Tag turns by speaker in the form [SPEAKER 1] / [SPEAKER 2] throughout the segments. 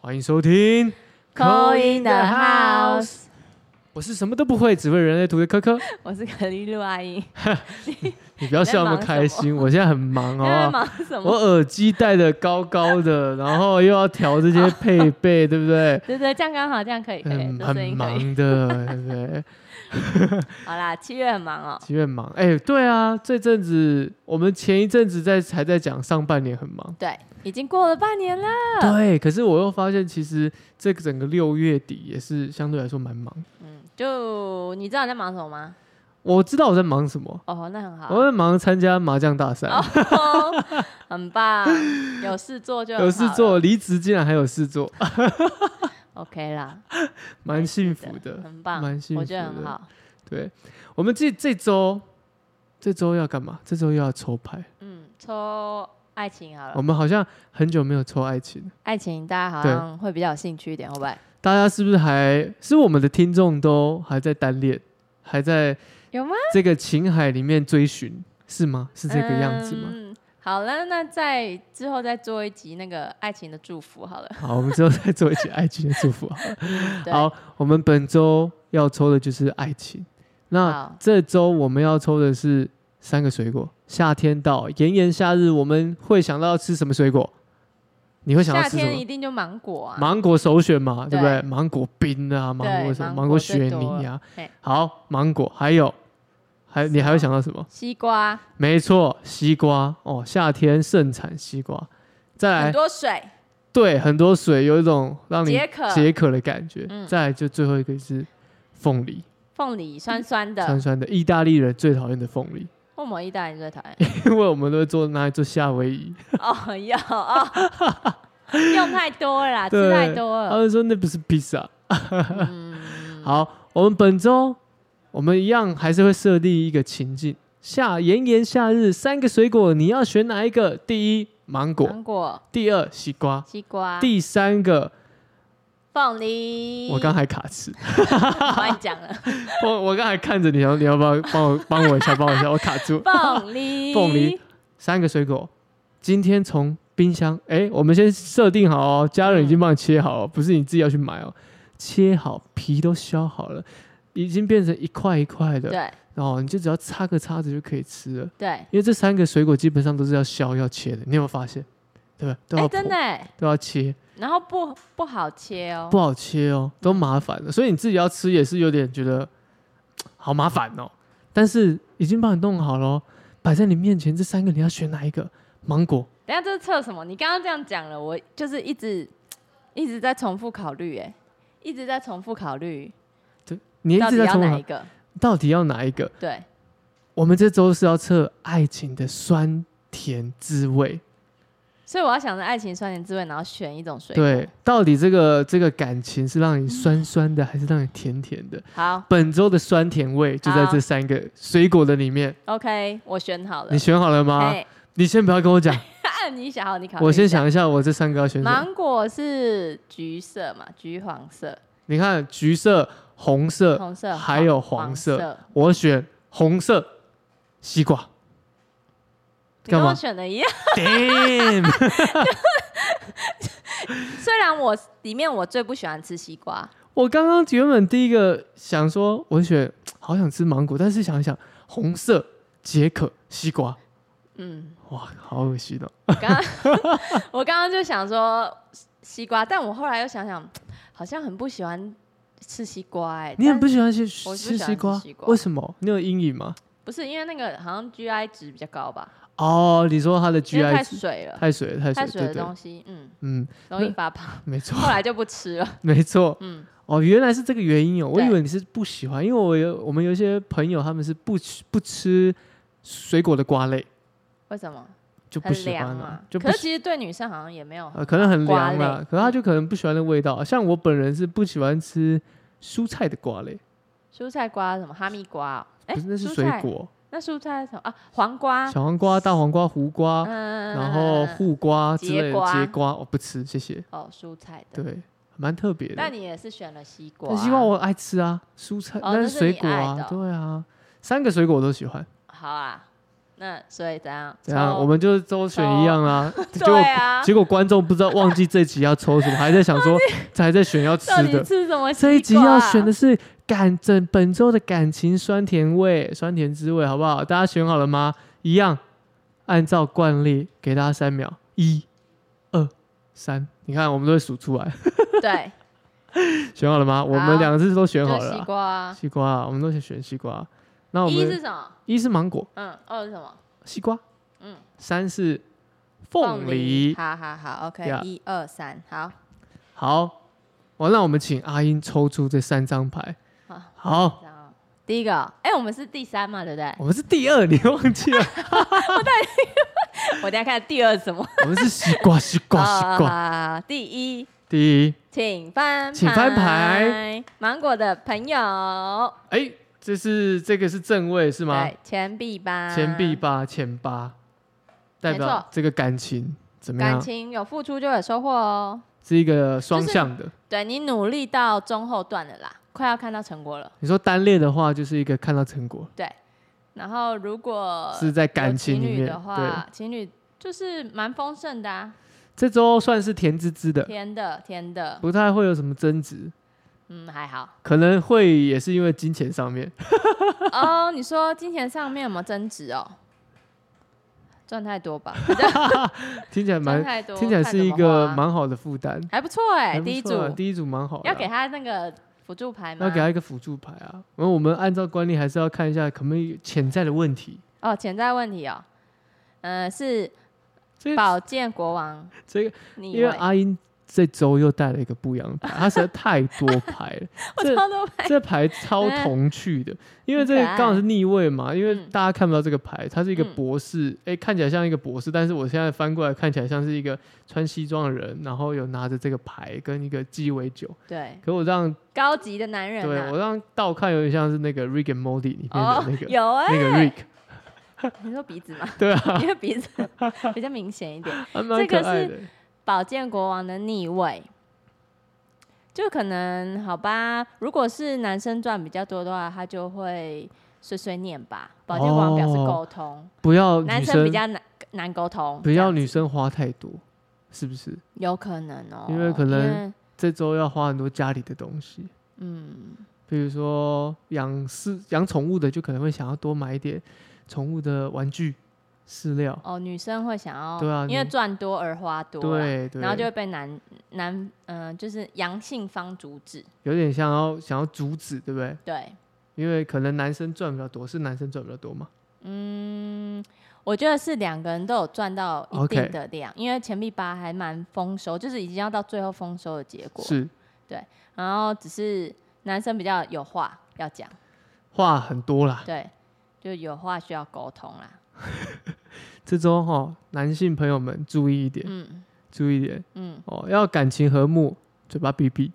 [SPEAKER 1] 欢迎收听，
[SPEAKER 2] Call in the house，
[SPEAKER 1] 我是什么都不会，只会人类图的科 科。
[SPEAKER 2] 我是可丽露阿姨。
[SPEAKER 1] 你不要笑那么开心，我现在很忙，好
[SPEAKER 2] 你
[SPEAKER 1] 不
[SPEAKER 2] 在
[SPEAKER 1] 好？
[SPEAKER 2] 哎忙什
[SPEAKER 1] 哦我
[SPEAKER 2] 么？
[SPEAKER 1] 耳机戴的高高 的，然后又要调这些配备，对不对？
[SPEAKER 2] 对对，这样刚好，这样可以，可以，
[SPEAKER 1] 嗯，
[SPEAKER 2] 这哎声
[SPEAKER 1] 很
[SPEAKER 2] 音可以。
[SPEAKER 1] 忙的，对不对？
[SPEAKER 2] 好啦，七月很忙哦。
[SPEAKER 1] 其实很忙，哎、对啊，这阵子我们前一阵子在还在讲上半年很忙，
[SPEAKER 2] 对，已经过了半年啦。
[SPEAKER 1] 对，可是我又发现其实这整个六月底也是相对来说蛮忙。
[SPEAKER 2] 嗯，就你知道你在忙什么吗？
[SPEAKER 1] 我知道我在忙什么，
[SPEAKER 2] 哦，那很好
[SPEAKER 1] 我，在忙参加麻将大赛。
[SPEAKER 2] 哦很棒，有事做啊就很好
[SPEAKER 1] 有事做，。离职竟然还有事 做，
[SPEAKER 2] OK 啦，
[SPEAKER 1] 蛮幸福
[SPEAKER 2] 是
[SPEAKER 1] 的。
[SPEAKER 2] 很棒，
[SPEAKER 1] 蛮幸福的
[SPEAKER 2] 我觉得很好。
[SPEAKER 1] 对，我们这这周，这周要干嘛？这周又要抽牌。
[SPEAKER 2] 嗯，抽爱情好
[SPEAKER 1] 我
[SPEAKER 2] 了，
[SPEAKER 1] 们好像很久没有抽爱情了，
[SPEAKER 2] 爱情大家好像会比较有兴趣一点，会不会？
[SPEAKER 1] 大家是不是还是我们的听众都还在单恋，还在
[SPEAKER 2] 有吗？
[SPEAKER 1] 这个情海里面追寻，是吗？是这个样子吗？
[SPEAKER 2] 嗯，好了，那再之后再做一集那个爱情的祝 福好了。
[SPEAKER 1] 好，我们之后再做一集爱情的祝福好啊了。
[SPEAKER 2] 对
[SPEAKER 1] 好，我们本周要抽的就是爱情。那
[SPEAKER 2] 好
[SPEAKER 1] 这周我们要抽的是三个水果。夏天到，炎炎夏日，我们会想到要吃什么水果？你会想到
[SPEAKER 2] 夏
[SPEAKER 1] 吃什
[SPEAKER 2] 天一
[SPEAKER 1] 么？
[SPEAKER 2] 定就芒果啊，
[SPEAKER 1] 芒果首选嘛，对不对
[SPEAKER 2] 对？
[SPEAKER 1] 芒果冰啊，
[SPEAKER 2] 对
[SPEAKER 1] 芒果什么？
[SPEAKER 2] 芒
[SPEAKER 1] 芒果
[SPEAKER 2] 果
[SPEAKER 1] 雪
[SPEAKER 2] 最多
[SPEAKER 1] 泥啊
[SPEAKER 2] 嘿。
[SPEAKER 1] 好，芒果还有，还你还会想到什么？
[SPEAKER 2] 西瓜，
[SPEAKER 1] 没错，西瓜哦，夏天盛产西瓜。再
[SPEAKER 2] 很
[SPEAKER 1] 来，
[SPEAKER 2] 多水，
[SPEAKER 1] 对，很多水，有一种哎让你
[SPEAKER 2] 解渴，
[SPEAKER 1] 解渴的感觉。
[SPEAKER 2] 嗯
[SPEAKER 1] 再来就最后一个是凤梨，
[SPEAKER 2] 凤梨酸酸的
[SPEAKER 1] 酸，酸的，意大利人最讨厌的凤梨，
[SPEAKER 2] 为什么意大利人最讨厌？
[SPEAKER 1] 因为我们都会做拿来做夏威夷，
[SPEAKER 2] 哦，要 哦，用太多了啦，
[SPEAKER 1] 对
[SPEAKER 2] 吃太多
[SPEAKER 1] 他
[SPEAKER 2] 了。
[SPEAKER 1] 们说那不是披萨。
[SPEAKER 2] 嗯，
[SPEAKER 1] 好，我们本周我们一样还是会设定一个情境，夏炎炎夏日，三个水果你要选哪一个？第一芒果，
[SPEAKER 2] 芒果、
[SPEAKER 1] 第二西瓜，
[SPEAKER 2] 西瓜、
[SPEAKER 1] 第三个
[SPEAKER 2] 凤梨。
[SPEAKER 1] 我刚还卡词，
[SPEAKER 2] 乱 讲了，
[SPEAKER 1] 我我刚才看着你，然后你要不要帮我帮我一下，帮我一下，我卡住。
[SPEAKER 2] 凤梨，
[SPEAKER 1] 凤梨，三个水果，今天从冰箱，哎、我们先设定好哦，家人已经帮你切
[SPEAKER 2] 嗯
[SPEAKER 1] 好哦，不是你自己要去买哦，切好皮都削好了，已经变成一块一块的，
[SPEAKER 2] 对
[SPEAKER 1] 然后你就只要插个叉子就可以吃了。
[SPEAKER 2] 对，
[SPEAKER 1] 因为这三个水果基本上都是要削要切的，你有没有发现？对吧？都要
[SPEAKER 2] 哎，
[SPEAKER 1] 剖、
[SPEAKER 2] 真的欸，
[SPEAKER 1] 都要切，
[SPEAKER 2] 然后不不好切哦
[SPEAKER 1] 不，好切哦，都麻烦了。所以你自己要吃也是有点觉得好麻烦哦。但是已经帮你弄好了哦，摆在你面前，这三个你要选哪一个？芒果，
[SPEAKER 2] 等一下这是测什么？你刚刚这样讲了，我就是一直一直在重复考虑，哎，一直在重复考虑，
[SPEAKER 1] 你一
[SPEAKER 2] 到
[SPEAKER 1] 直
[SPEAKER 2] 底
[SPEAKER 1] 在
[SPEAKER 2] 要
[SPEAKER 1] 重
[SPEAKER 2] 哪一
[SPEAKER 1] 复，
[SPEAKER 2] 个？
[SPEAKER 1] 到底要哪一个？
[SPEAKER 2] 对，
[SPEAKER 1] 我们这周是要测爱情的酸甜滋味，
[SPEAKER 2] 所以我要想着爱情酸甜滋味，然后选一种水果。
[SPEAKER 1] 对，到底这个这个感情是让你酸酸的，还是让你甜甜的？
[SPEAKER 2] 好
[SPEAKER 1] 本周的酸甜味就在
[SPEAKER 2] 好
[SPEAKER 1] 这三个水果的里面，
[SPEAKER 2] ，OK，我选好了。
[SPEAKER 1] 你选好了吗？
[SPEAKER 2] 嘿，
[SPEAKER 1] 你先不要跟我 讲，
[SPEAKER 2] 你想好，你考虑。
[SPEAKER 1] 我先。想一下我这三个要选什么。
[SPEAKER 2] 芒果是橘色嘛，橘黄色、
[SPEAKER 1] 你看，橘色、红色，
[SPEAKER 2] 红色，
[SPEAKER 1] 呃还有黄
[SPEAKER 2] 黄
[SPEAKER 1] 色我选红色西瓜。
[SPEAKER 2] 你
[SPEAKER 1] 干
[SPEAKER 2] 跟
[SPEAKER 1] 嘛
[SPEAKER 2] 我选的一样。
[SPEAKER 1] Damn！
[SPEAKER 2] 虽然我里面我最不喜欢吃西瓜，
[SPEAKER 1] 我刚刚原本第一个想说，我选好想吃芒果，但是想一想，红色解渴西瓜，
[SPEAKER 2] 嗯，
[SPEAKER 1] 哇，好恶心哦。
[SPEAKER 2] 我刚刚 我刚刚就想说西瓜，但我后来又想想，好像很不喜欢吃西瓜哎、
[SPEAKER 1] 你很不
[SPEAKER 2] 但
[SPEAKER 1] 喜欢吃
[SPEAKER 2] 我不
[SPEAKER 1] 吃
[SPEAKER 2] 喜欢
[SPEAKER 1] 西瓜
[SPEAKER 2] 吃西，瓜
[SPEAKER 1] 为什么？你有阴影吗？
[SPEAKER 2] 不是因为那个好像 GI 值比较高吧，
[SPEAKER 1] 哦，你说它的
[SPEAKER 2] 因为太
[SPEAKER 1] GI 值
[SPEAKER 2] 水了，
[SPEAKER 1] 太水了，太水
[SPEAKER 2] 太
[SPEAKER 1] 了，
[SPEAKER 2] 水的
[SPEAKER 1] 对对
[SPEAKER 2] 东西，嗯，
[SPEAKER 1] 嗯，
[SPEAKER 2] 容易发胖。
[SPEAKER 1] 没错，
[SPEAKER 2] 后来就不吃了。
[SPEAKER 1] 没错，
[SPEAKER 2] 嗯，
[SPEAKER 1] 哦，原来是这个原因哦，我
[SPEAKER 2] 对
[SPEAKER 1] 以为你是不喜欢，因为我有我们有一些朋友他们是不吃不吃水果的瓜类，
[SPEAKER 2] 为什么？
[SPEAKER 1] 就不
[SPEAKER 2] 很
[SPEAKER 1] 喜欢
[SPEAKER 2] 凉啊
[SPEAKER 1] 了、
[SPEAKER 2] 嘛。
[SPEAKER 1] 就不
[SPEAKER 2] 可是
[SPEAKER 1] 喜
[SPEAKER 2] 其实对女生好像也没有，
[SPEAKER 1] 呃可能很
[SPEAKER 2] 瓜
[SPEAKER 1] 凉啦
[SPEAKER 2] 类，
[SPEAKER 1] 可是他就可能不喜欢那味道。像我本人是不喜欢吃蔬菜的瓜类，
[SPEAKER 2] 蔬菜瓜什么哈密瓜哦，哎，
[SPEAKER 1] 不是那是
[SPEAKER 2] 蔬
[SPEAKER 1] 水
[SPEAKER 2] 菜。
[SPEAKER 1] 果，
[SPEAKER 2] 那蔬菜什么啊？黄瓜，
[SPEAKER 1] 小黄瓜、大黄瓜、胡瓜，
[SPEAKER 2] 嗯
[SPEAKER 1] 然后护瓜之类
[SPEAKER 2] 节
[SPEAKER 1] 的
[SPEAKER 2] 瓜
[SPEAKER 1] 节瓜，我、不吃，谢谢。
[SPEAKER 2] 哦，蔬菜的。
[SPEAKER 1] 对，蛮特别的。
[SPEAKER 2] 那你也是选了西瓜，
[SPEAKER 1] 但西瓜我爱吃啊，蔬菜、
[SPEAKER 2] 哦
[SPEAKER 1] 那
[SPEAKER 2] 那
[SPEAKER 1] 是
[SPEAKER 2] 是
[SPEAKER 1] 水
[SPEAKER 2] 你
[SPEAKER 1] 果
[SPEAKER 2] 爱
[SPEAKER 1] 啊
[SPEAKER 2] 的哦，
[SPEAKER 1] 对啊，三个水果我都喜欢。
[SPEAKER 2] 好啊。那所以怎样？
[SPEAKER 1] 怎样？
[SPEAKER 2] 抽
[SPEAKER 1] 我们就是周选一样 啊，结果
[SPEAKER 2] 对啊，
[SPEAKER 1] 结果观众不知道忘记这集要抽什么，还在想说还在选要吃
[SPEAKER 2] 到底
[SPEAKER 1] 的。
[SPEAKER 2] 是什么西瓜啊？
[SPEAKER 1] 这一集要选的是感整本周的感情酸甜味、酸甜滋味，好不好？大家选好了吗？一样，按照惯例给大家三秒，一、二、三，你看我们都会数出来。
[SPEAKER 2] 对，
[SPEAKER 1] 选好了吗？我们两个是都选好
[SPEAKER 2] 就
[SPEAKER 1] 了
[SPEAKER 2] 西
[SPEAKER 1] 啦。
[SPEAKER 2] 瓜啊。
[SPEAKER 1] 西瓜啊，我们都是选西瓜。那我
[SPEAKER 2] 一
[SPEAKER 1] 们
[SPEAKER 2] 是什么？
[SPEAKER 1] 一是芒果，
[SPEAKER 2] 嗯，二是什么？
[SPEAKER 1] 西瓜，
[SPEAKER 2] 嗯，
[SPEAKER 1] 三是凤梨。
[SPEAKER 2] 好好好，OK，
[SPEAKER 1] Yeah
[SPEAKER 2] 一二三，好，
[SPEAKER 1] 好，我那我们请阿英抽出这三张牌。
[SPEAKER 2] 好
[SPEAKER 1] 好，
[SPEAKER 2] 这样哦。第一个哦，哎，我们是第三嘛，对 不对？
[SPEAKER 1] 我们是第二，你忘记了？
[SPEAKER 2] 我等一下看第二 是什么？
[SPEAKER 1] 我们是西瓜，西瓜，西瓜。
[SPEAKER 2] 啊，第一，
[SPEAKER 1] 第一，
[SPEAKER 2] 请翻，
[SPEAKER 1] 请翻牌，
[SPEAKER 2] 芒果的朋友，
[SPEAKER 1] 哎，这是这个是正位是吗？
[SPEAKER 2] 对，钱币吧，
[SPEAKER 1] 钱币，八，钱八，代
[SPEAKER 2] 没
[SPEAKER 1] 表
[SPEAKER 2] 错
[SPEAKER 1] 这个感情怎么
[SPEAKER 2] 感
[SPEAKER 1] 样？
[SPEAKER 2] 情有付出就有收获哦。
[SPEAKER 1] 是一个双
[SPEAKER 2] 就是
[SPEAKER 1] 向的。
[SPEAKER 2] 对你努力到中后段了啦，快要看到成果了。
[SPEAKER 1] 你说单恋的话，就是一个看到成果，
[SPEAKER 2] 然后如果
[SPEAKER 1] 是在
[SPEAKER 2] 有
[SPEAKER 1] 感情里
[SPEAKER 2] 情侣
[SPEAKER 1] 面。
[SPEAKER 2] 的
[SPEAKER 1] 对，
[SPEAKER 2] 话，情侣就是蛮丰盛的啊，
[SPEAKER 1] 这周算是甜滋滋的，
[SPEAKER 2] 甜的甜的，
[SPEAKER 1] 不太会有什么争执，
[SPEAKER 2] 嗯，还好。
[SPEAKER 1] 可能会也是因为金钱上面。
[SPEAKER 2] 哦，你说金钱上面有没有争执哦？赚太多吧，
[SPEAKER 1] 听起来
[SPEAKER 2] 赚
[SPEAKER 1] 蛮，
[SPEAKER 2] 太多，
[SPEAKER 1] 听起来
[SPEAKER 2] 看
[SPEAKER 1] 是
[SPEAKER 2] 怎
[SPEAKER 1] 一
[SPEAKER 2] 么
[SPEAKER 1] 个
[SPEAKER 2] 花啊
[SPEAKER 1] 蛮好的负担。
[SPEAKER 2] 还不错哎、
[SPEAKER 1] 还不
[SPEAKER 2] 第一组
[SPEAKER 1] 错啊第一组蛮好的啊，
[SPEAKER 2] 要给他那个辅助牌吗？
[SPEAKER 1] 要给他一个辅助牌啊。然后我们按照惯例还是要看一下可不可以潜在的问题。
[SPEAKER 2] 哦，潜在问题哦，嗯、是
[SPEAKER 1] 这个
[SPEAKER 2] 宝剑国王，
[SPEAKER 1] 这个，
[SPEAKER 2] 你。
[SPEAKER 1] 因为啊阿英这周又带了一个不一样的牌，他实在太多牌了
[SPEAKER 2] 我
[SPEAKER 1] 这
[SPEAKER 2] 超多牌，
[SPEAKER 1] 这牌超童趣的，因为这个
[SPEAKER 2] 很可爱
[SPEAKER 1] 刚好是逆位嘛，因为
[SPEAKER 2] 嗯
[SPEAKER 1] 大家看不到这个牌，它是一个
[SPEAKER 2] 嗯
[SPEAKER 1] 博士，诶，看起来像一个博士，但是我现在翻过来看起来像是一个穿西装的人，然后有拿着这个牌跟一个鸡尾酒，
[SPEAKER 2] 对，
[SPEAKER 1] 可我让
[SPEAKER 2] 高级的男人
[SPEAKER 1] 对
[SPEAKER 2] 啊
[SPEAKER 1] 我，让倒看有点像是那个 Rick and Morty 里面的
[SPEAKER 2] 哦
[SPEAKER 1] 那，个、
[SPEAKER 2] 有哎、
[SPEAKER 1] 那个 Rick，
[SPEAKER 2] 你说鼻子 吗？
[SPEAKER 1] 对啊，
[SPEAKER 2] 因为鼻子比较明显一点。
[SPEAKER 1] 还蛮可
[SPEAKER 2] 这个
[SPEAKER 1] 爱
[SPEAKER 2] 是
[SPEAKER 1] 的。
[SPEAKER 2] 宝剑国王的逆位，就可能好吧。如果是男生赚比较多的话，他就会碎碎念吧。宝剑国王表示
[SPEAKER 1] 哦
[SPEAKER 2] 沟通，
[SPEAKER 1] 不要哦女
[SPEAKER 2] 男生比较难难沟通，
[SPEAKER 1] 不要
[SPEAKER 2] 这样
[SPEAKER 1] 女生花太多，是不是？
[SPEAKER 2] 有可能哦，
[SPEAKER 1] 因为可能
[SPEAKER 2] 因为
[SPEAKER 1] 这周要花很多家里的东西，
[SPEAKER 2] 嗯，
[SPEAKER 1] 比如说养饲养宠物的，就可能会想要多买一点宠物的玩具、饲料。
[SPEAKER 2] 哦，女生会想要，
[SPEAKER 1] 对啊
[SPEAKER 2] 因为
[SPEAKER 1] 女
[SPEAKER 2] 赚多而花多啦，
[SPEAKER 1] 对对，
[SPEAKER 2] 然后就会被男男嗯、就是阳性方阻止，
[SPEAKER 1] 有点想要想要阻止，对不对？
[SPEAKER 2] 对，
[SPEAKER 1] 因为可能男生赚比较多，是男生赚比较多嘛？
[SPEAKER 2] 嗯。我觉得是两个人都有赚到一
[SPEAKER 1] OK
[SPEAKER 2] 定的量因为钱币八还蛮丰收，就是已经要到最后丰收的结果。
[SPEAKER 1] 是
[SPEAKER 2] 然后只是男生比较有话要讲，
[SPEAKER 1] 话很多啦。
[SPEAKER 2] 对，就有话需要沟通啦。
[SPEAKER 1] 这周哈、男性朋友们注意一点，
[SPEAKER 2] 嗯
[SPEAKER 1] 注意一点
[SPEAKER 2] 嗯，
[SPEAKER 1] 哦，要感情和睦，嘴巴闭闭，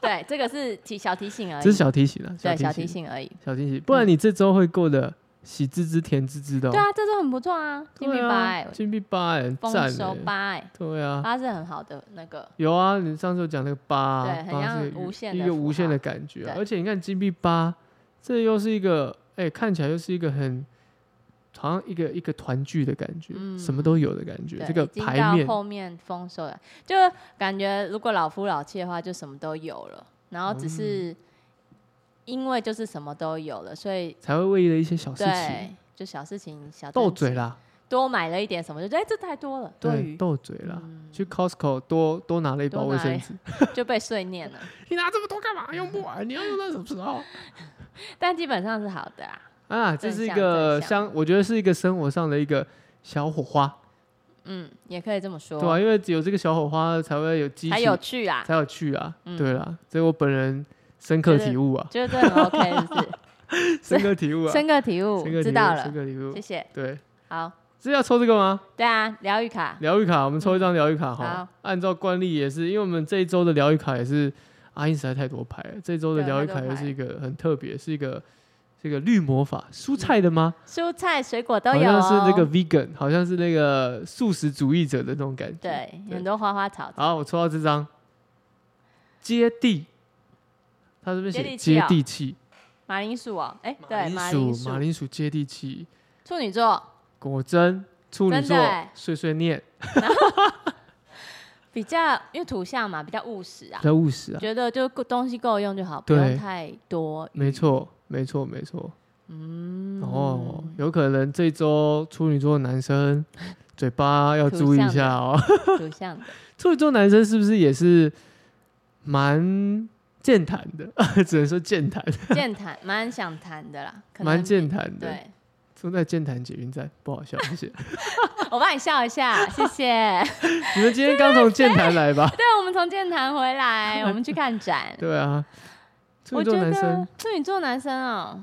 [SPEAKER 2] 对，这个是提小提醒而已，
[SPEAKER 1] 这是小提醒啊，
[SPEAKER 2] 对小
[SPEAKER 1] 小
[SPEAKER 2] 提
[SPEAKER 1] 提醒，
[SPEAKER 2] 醒嗯而已。
[SPEAKER 1] 小提醒，不然你这周会过得喜滋滋、甜滋滋的、哦。
[SPEAKER 2] 对啊，这周很不错啊，金币
[SPEAKER 1] 对啊
[SPEAKER 2] 八哎，
[SPEAKER 1] 金币八哎，
[SPEAKER 2] 丰
[SPEAKER 1] 赞
[SPEAKER 2] 收
[SPEAKER 1] 哎
[SPEAKER 2] 八哎，
[SPEAKER 1] 对啊，
[SPEAKER 2] 八是很好的那个，
[SPEAKER 1] 有啊，你上次有讲那个八啊，
[SPEAKER 2] 对很
[SPEAKER 1] 八
[SPEAKER 2] 像
[SPEAKER 1] 是一个
[SPEAKER 2] 无限的
[SPEAKER 1] 一个
[SPEAKER 2] 符
[SPEAKER 1] 无限
[SPEAKER 2] 号
[SPEAKER 1] 的感觉啊、
[SPEAKER 2] 对
[SPEAKER 1] 而且你看金币八，这又是一个哎、看起来又是一个很好像一个一个团聚的感觉、什么都有的感觉。
[SPEAKER 2] 嗯对，
[SPEAKER 1] 这个
[SPEAKER 2] 已经
[SPEAKER 1] 牌
[SPEAKER 2] 到
[SPEAKER 1] 面
[SPEAKER 2] 后面丰收了，就感觉如果老夫老妻的话，就什么都有了，然
[SPEAKER 1] 哦
[SPEAKER 2] 后只是因为就是什么都有了，所以
[SPEAKER 1] 才会为了一些小事情
[SPEAKER 2] 对，就小事情小
[SPEAKER 1] 斗
[SPEAKER 2] 争执
[SPEAKER 1] 嘴，啦，
[SPEAKER 2] 多买了一点什么，就觉得哎这太多了，多
[SPEAKER 1] 对，
[SPEAKER 2] 余
[SPEAKER 1] 斗嘴啦。
[SPEAKER 2] 嗯
[SPEAKER 1] 去 Costco 多多拿了一包
[SPEAKER 2] 多
[SPEAKER 1] 卫
[SPEAKER 2] 拿
[SPEAKER 1] 生
[SPEAKER 2] 一
[SPEAKER 1] 纸，
[SPEAKER 2] 就被碎念了，
[SPEAKER 1] 你拿这么多干嘛？用不完，你要用到什么时候？
[SPEAKER 2] 但基本上是好的啊，
[SPEAKER 1] 啊，这是一
[SPEAKER 2] 正向
[SPEAKER 1] 个
[SPEAKER 2] 正向
[SPEAKER 1] 相，我觉得是一个生活上的一个小火花，
[SPEAKER 2] 嗯，也可以这么说，
[SPEAKER 1] 对啊，因为只有这个小火花才会有激
[SPEAKER 2] 还
[SPEAKER 1] 起
[SPEAKER 2] 有趣 啊，
[SPEAKER 1] 才有趣啊，
[SPEAKER 2] 嗯
[SPEAKER 1] 对啦，这我本人深刻体悟啊，
[SPEAKER 2] 觉得这很 OK，是不是？
[SPEAKER 1] 深刻体悟啊，
[SPEAKER 2] 深刻体悟
[SPEAKER 1] 深刻，体
[SPEAKER 2] 知
[SPEAKER 1] 悟
[SPEAKER 2] 道
[SPEAKER 1] 深
[SPEAKER 2] 了，
[SPEAKER 1] 刻体悟
[SPEAKER 2] 谢，谢，
[SPEAKER 1] 对，
[SPEAKER 2] 好，
[SPEAKER 1] 是要抽这个吗？
[SPEAKER 2] 对啊，疗愈卡，
[SPEAKER 1] 疗愈卡，我们抽一张疗愈卡哈
[SPEAKER 2] 嗯好。
[SPEAKER 1] 按照惯例也是，因为我们这一周的疗愈卡也是阿英实在太多牌了，这一周的
[SPEAKER 2] 对
[SPEAKER 1] 疗愈
[SPEAKER 2] 太
[SPEAKER 1] 卡
[SPEAKER 2] 多
[SPEAKER 1] 也
[SPEAKER 2] 牌
[SPEAKER 1] 是一个很特别，是一个这个绿魔法，蔬菜的吗？
[SPEAKER 2] 蔬菜水果嗯都
[SPEAKER 1] 好
[SPEAKER 2] 有、哦，
[SPEAKER 1] 像是那个 vegan，好像是那个素食主义者的那种感觉。
[SPEAKER 2] 对，
[SPEAKER 1] 对
[SPEAKER 2] 很多花花草草，
[SPEAKER 1] 好，我抽到这张接地，他这边
[SPEAKER 2] 接
[SPEAKER 1] 写
[SPEAKER 2] 地气
[SPEAKER 1] 接
[SPEAKER 2] 哦
[SPEAKER 1] 地气，
[SPEAKER 2] 马铃薯哦，哎、
[SPEAKER 1] 马
[SPEAKER 2] 对，
[SPEAKER 1] 铃
[SPEAKER 2] 马
[SPEAKER 1] 薯
[SPEAKER 2] 薯，
[SPEAKER 1] 马铃薯接地气，
[SPEAKER 2] 处女座
[SPEAKER 1] 果真处女
[SPEAKER 2] 真的
[SPEAKER 1] 座
[SPEAKER 2] 欸
[SPEAKER 1] 碎碎念，
[SPEAKER 2] 比较因为土象嘛，比较务实啊
[SPEAKER 1] 比，较务实啊，
[SPEAKER 2] 觉得就够东西够用就好，不用
[SPEAKER 1] 对
[SPEAKER 2] 太多。
[SPEAKER 1] 没错，没错，没错。
[SPEAKER 2] 嗯，
[SPEAKER 1] 哦，有可能这周处女座的男 生嘴巴要
[SPEAKER 2] 土
[SPEAKER 1] 注意一
[SPEAKER 2] 象
[SPEAKER 1] 下哦。
[SPEAKER 2] 土象的，
[SPEAKER 1] 处女座男生是不是也是蛮健谈的？ 只能说健谈，
[SPEAKER 2] 健谈，蛮想谈的啦，可能
[SPEAKER 1] 蛮健谈的。
[SPEAKER 2] 对，
[SPEAKER 1] 住在健谈捷运站，不好笑，谢谢。
[SPEAKER 2] 我帮你笑 一下，谢谢。
[SPEAKER 1] 你们今天刚从健谈来吧？
[SPEAKER 2] 对，我们从健谈回来，我们去看展。
[SPEAKER 1] 对啊，处
[SPEAKER 2] 我
[SPEAKER 1] 女
[SPEAKER 2] 觉
[SPEAKER 1] 座
[SPEAKER 2] 得
[SPEAKER 1] 男生
[SPEAKER 2] 处女座男生哦，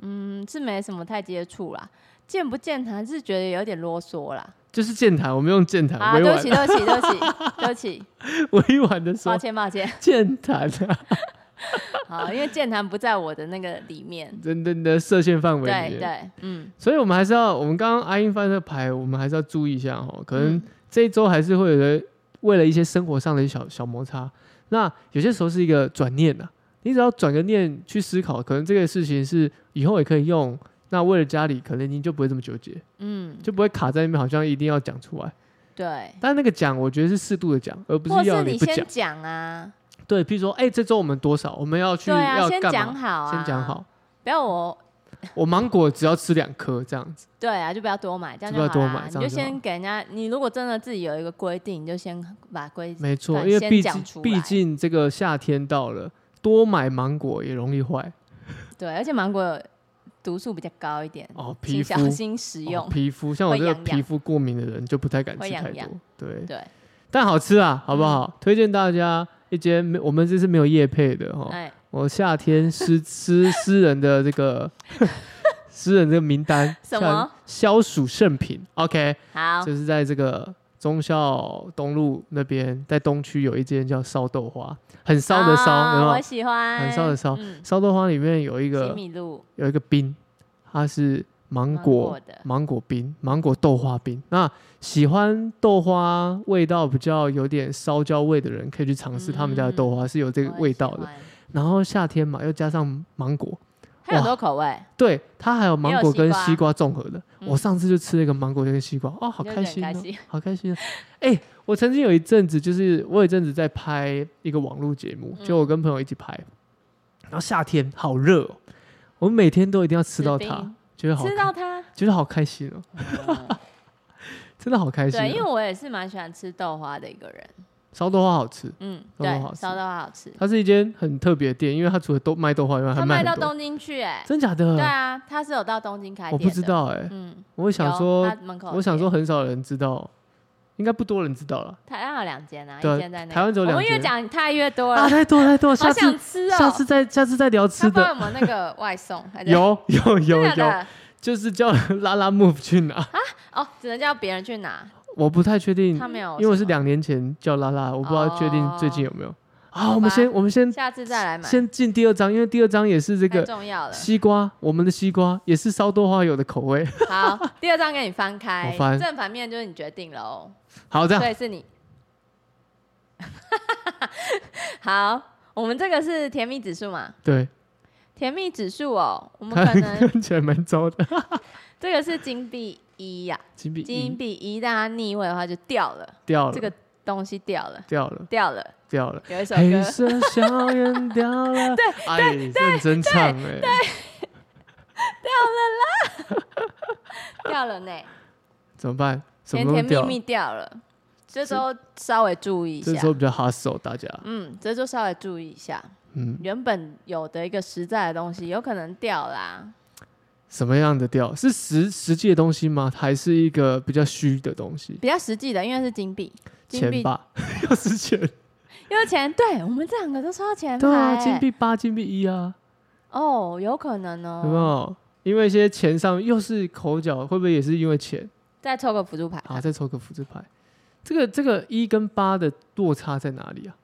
[SPEAKER 2] 嗯，是没什么太接触啦。健不健谈是觉得有点啰嗦啦。
[SPEAKER 1] 就是健谈，我们用健谈
[SPEAKER 2] 啊，
[SPEAKER 1] 委
[SPEAKER 2] 对不
[SPEAKER 1] 婉
[SPEAKER 2] 起，对不起，对不 起，对不起，
[SPEAKER 1] 委婉的
[SPEAKER 2] 抱
[SPEAKER 1] 说
[SPEAKER 2] 歉，抱歉。
[SPEAKER 1] 健谈 啊，
[SPEAKER 2] 好，因为健谈不在我的那个里面。
[SPEAKER 1] 真的的射线范围里面。
[SPEAKER 2] 对对，嗯，
[SPEAKER 1] 所以我们还是要，我们刚刚阿英翻这个牌，我们还是要注意一下哦。可能
[SPEAKER 2] 嗯
[SPEAKER 1] 这一周还是会有人为了一些生活上的小小摩擦。那有些时候是一个转念呐、你只要转个念去思考，可能这个事情是以后也可以用。那为了家里，可能你就不会这么纠结，
[SPEAKER 2] 嗯，
[SPEAKER 1] 就不会卡在那边，好像一定要讲出来。
[SPEAKER 2] 对。
[SPEAKER 1] 但那个讲，我觉得是适度的讲，而不
[SPEAKER 2] 或
[SPEAKER 1] 是要
[SPEAKER 2] 你
[SPEAKER 1] 不讲
[SPEAKER 2] 先。讲啊，
[SPEAKER 1] 对，譬如说，哎、这周我们多少，我们要去、
[SPEAKER 2] 对啊，
[SPEAKER 1] 要
[SPEAKER 2] 先
[SPEAKER 1] 干
[SPEAKER 2] 讲
[SPEAKER 1] 嘛？
[SPEAKER 2] 好啊，
[SPEAKER 1] 先讲，好，
[SPEAKER 2] 不要我
[SPEAKER 1] 我芒果只要吃两颗这样子。
[SPEAKER 2] 对啊，就不要多买，这样
[SPEAKER 1] 就不要
[SPEAKER 2] 好啦
[SPEAKER 1] 多买这
[SPEAKER 2] 你
[SPEAKER 1] 样
[SPEAKER 2] 就
[SPEAKER 1] 就好
[SPEAKER 2] 先给人家。你如果真的自己有一个规定，你就先把规
[SPEAKER 1] 没错，
[SPEAKER 2] 对
[SPEAKER 1] 因为
[SPEAKER 2] 先
[SPEAKER 1] 毕
[SPEAKER 2] 讲
[SPEAKER 1] 竟
[SPEAKER 2] 出
[SPEAKER 1] 毕
[SPEAKER 2] 来
[SPEAKER 1] 竟这个夏天到了，多买芒果也容易坏
[SPEAKER 2] 对，而且芒果有毒素比较高一点，
[SPEAKER 1] 哦，皮
[SPEAKER 2] 请
[SPEAKER 1] 肤
[SPEAKER 2] 小心食
[SPEAKER 1] 哦
[SPEAKER 2] 用。
[SPEAKER 1] 皮肤像我
[SPEAKER 2] 会
[SPEAKER 1] 这个
[SPEAKER 2] 痒
[SPEAKER 1] 皮
[SPEAKER 2] 痒
[SPEAKER 1] 肤过敏的人就不太敢
[SPEAKER 2] 会
[SPEAKER 1] 吃
[SPEAKER 2] 痒
[SPEAKER 1] 太
[SPEAKER 2] 痒
[SPEAKER 1] 多，对，
[SPEAKER 2] 对，嗯
[SPEAKER 1] 但好吃啊，好不好？推荐大家一间没，我们这是没有叶配的哈，
[SPEAKER 2] 哎，
[SPEAKER 1] 我夏天 私私私人的这 个私人的名单，
[SPEAKER 2] 什
[SPEAKER 1] 像
[SPEAKER 2] 么
[SPEAKER 1] 消暑圣品？OK，
[SPEAKER 2] 好，
[SPEAKER 1] 就是在这个忠孝东路那边，在东区有一间叫烧豆花，很烧的烧，
[SPEAKER 2] 啊
[SPEAKER 1] 然后
[SPEAKER 2] 我喜欢，
[SPEAKER 1] 很烧的烧
[SPEAKER 2] 嗯，
[SPEAKER 1] 烧豆花里面有一
[SPEAKER 2] 西
[SPEAKER 1] 个
[SPEAKER 2] 米露，
[SPEAKER 1] 有一个冰，它是芒
[SPEAKER 2] 芒
[SPEAKER 1] 果
[SPEAKER 2] 的，
[SPEAKER 1] 芒果冰、芒果豆花冰。那喜欢豆花味道比较有点烧焦味的人，可以去尝试他们家的豆花是有这个
[SPEAKER 2] 嗯我很
[SPEAKER 1] 味
[SPEAKER 2] 喜
[SPEAKER 1] 道的。
[SPEAKER 2] 欢。
[SPEAKER 1] 然后夏天嘛，又加上芒果，
[SPEAKER 2] 它有很
[SPEAKER 1] 哇
[SPEAKER 2] 多口味，
[SPEAKER 1] 对，它还有
[SPEAKER 2] 也
[SPEAKER 1] 芒
[SPEAKER 2] 有
[SPEAKER 1] 果
[SPEAKER 2] 西
[SPEAKER 1] 跟
[SPEAKER 2] 瓜
[SPEAKER 1] 西瓜综合的。
[SPEAKER 2] 嗯
[SPEAKER 1] 我上次就吃了一个芒果跟西瓜，哦，好
[SPEAKER 2] 你就
[SPEAKER 1] 开
[SPEAKER 2] 觉
[SPEAKER 1] 心、
[SPEAKER 2] 得很
[SPEAKER 1] 哦
[SPEAKER 2] 开，心。
[SPEAKER 1] 好开心、哦！哎、我曾经有一阵子，就是我有一阵子在拍一个网络节目，
[SPEAKER 2] 嗯
[SPEAKER 1] 就我跟朋友一起拍，然后夏天好热、哦，我每天都一定要吃到
[SPEAKER 2] 吃
[SPEAKER 1] 它
[SPEAKER 2] 冰，
[SPEAKER 1] 觉得好
[SPEAKER 2] 吃
[SPEAKER 1] 开，
[SPEAKER 2] 到它，
[SPEAKER 1] 觉得好开心哦、 真的好开心哦、
[SPEAKER 2] 对，因为我也是蛮喜欢吃豆花的一个人。
[SPEAKER 1] 烧豆花好吃，
[SPEAKER 2] 嗯，
[SPEAKER 1] 豆
[SPEAKER 2] 对
[SPEAKER 1] 花哦好，吃
[SPEAKER 2] 烧豆花好吃，
[SPEAKER 1] 它是一间很特别的店，因为它除了豆卖豆花以外，还
[SPEAKER 2] 它
[SPEAKER 1] 卖
[SPEAKER 2] 卖
[SPEAKER 1] 很
[SPEAKER 2] 到
[SPEAKER 1] 多。
[SPEAKER 2] 东京去，哎，
[SPEAKER 1] 真假的？
[SPEAKER 2] 对啊，它是有到东京开
[SPEAKER 1] 我
[SPEAKER 2] 店，
[SPEAKER 1] 不知，道哎、
[SPEAKER 2] 嗯，
[SPEAKER 1] 我想
[SPEAKER 2] 有
[SPEAKER 1] 说
[SPEAKER 2] 它，门口有
[SPEAKER 1] 我想
[SPEAKER 2] 店
[SPEAKER 1] 说，很少人知道，应该不多人知道了。
[SPEAKER 2] 台湾有两间啊，
[SPEAKER 1] 对
[SPEAKER 2] 一间在那个，
[SPEAKER 1] 台湾只有两
[SPEAKER 2] 我们越
[SPEAKER 1] 间
[SPEAKER 2] 讲太越多
[SPEAKER 1] 啊，
[SPEAKER 2] 了，
[SPEAKER 1] 太多太多，
[SPEAKER 2] 好
[SPEAKER 1] 下次
[SPEAKER 2] 想吃哦。
[SPEAKER 1] 下次再下次再聊吃
[SPEAKER 2] 他
[SPEAKER 1] 的
[SPEAKER 2] 帮。我们那个外送，还是
[SPEAKER 1] 有有有
[SPEAKER 2] 真的
[SPEAKER 1] 有，
[SPEAKER 2] 假的
[SPEAKER 1] 就是叫拉拉 move 去拿，
[SPEAKER 2] 哦，只能叫别人去拿，
[SPEAKER 1] 我不太确定，
[SPEAKER 2] 他没有什
[SPEAKER 1] 嗯
[SPEAKER 2] 么，哦
[SPEAKER 1] 因为我是两年前叫拉拉，我不知道确定最近有没有。啊，
[SPEAKER 2] 好
[SPEAKER 1] 我们
[SPEAKER 2] 吧
[SPEAKER 1] 先我们先
[SPEAKER 2] 下次再来买，
[SPEAKER 1] 先进第二章，因为第二章也是这
[SPEAKER 2] 太
[SPEAKER 1] 个
[SPEAKER 2] 重要了。
[SPEAKER 1] 西瓜，我们的西瓜也是烧豆花有的口味。
[SPEAKER 2] 好，第二张给你翻开
[SPEAKER 1] 我，翻
[SPEAKER 2] 正反面就是你决定了哦，
[SPEAKER 1] 好，这样
[SPEAKER 2] 对，是你。 好，我们这个是甜蜜指数嘛？
[SPEAKER 1] 对，
[SPEAKER 2] 甜蜜指数哦，我们
[SPEAKER 1] 它
[SPEAKER 2] 可能
[SPEAKER 1] 看起来蛮糟的。
[SPEAKER 2] 这个是金币一呀，
[SPEAKER 1] 金币
[SPEAKER 2] 金
[SPEAKER 1] 一
[SPEAKER 2] 币一，但它逆位的话就掉了，
[SPEAKER 1] 掉了，
[SPEAKER 2] 这个东西掉了，
[SPEAKER 1] 掉了，
[SPEAKER 2] 掉了。
[SPEAKER 1] 掉了。
[SPEAKER 2] 有一首
[SPEAKER 1] 黑
[SPEAKER 2] 歌，
[SPEAKER 1] 色校园掉 了，对哎，认真唱哎，
[SPEAKER 2] 掉了呢。
[SPEAKER 1] 怎么办？什
[SPEAKER 2] 甜
[SPEAKER 1] 么
[SPEAKER 2] 甜
[SPEAKER 1] 都
[SPEAKER 2] 蜜
[SPEAKER 1] 掉
[SPEAKER 2] 蜜
[SPEAKER 1] 了，
[SPEAKER 2] 掉了，这时候稍微注意一
[SPEAKER 1] 这
[SPEAKER 2] 下
[SPEAKER 1] 时。候比较 hustle 大家，
[SPEAKER 2] 嗯，这就稍微注意一下，
[SPEAKER 1] 嗯，
[SPEAKER 2] 原本有的一个实在的东西，有可能掉啦。
[SPEAKER 1] 什么样的调？是实实际的东西吗？还是一个比较虚的东西？
[SPEAKER 2] 比较实际的，因为是金币，金
[SPEAKER 1] 钱
[SPEAKER 2] 币
[SPEAKER 1] 吧， 又是钱。
[SPEAKER 2] 因为钱，对我们这两个都抽到钱牌、
[SPEAKER 1] 对啊，
[SPEAKER 2] 欸
[SPEAKER 1] 金币八、金币一啊，
[SPEAKER 2] 哦，有可能哦。
[SPEAKER 1] 有没有？因为一些钱上又是口角，会不会也是因为钱？
[SPEAKER 2] 再抽个辅助牌，
[SPEAKER 1] 好，再抽个福字牌。这个这个一跟八的落差在哪里啊？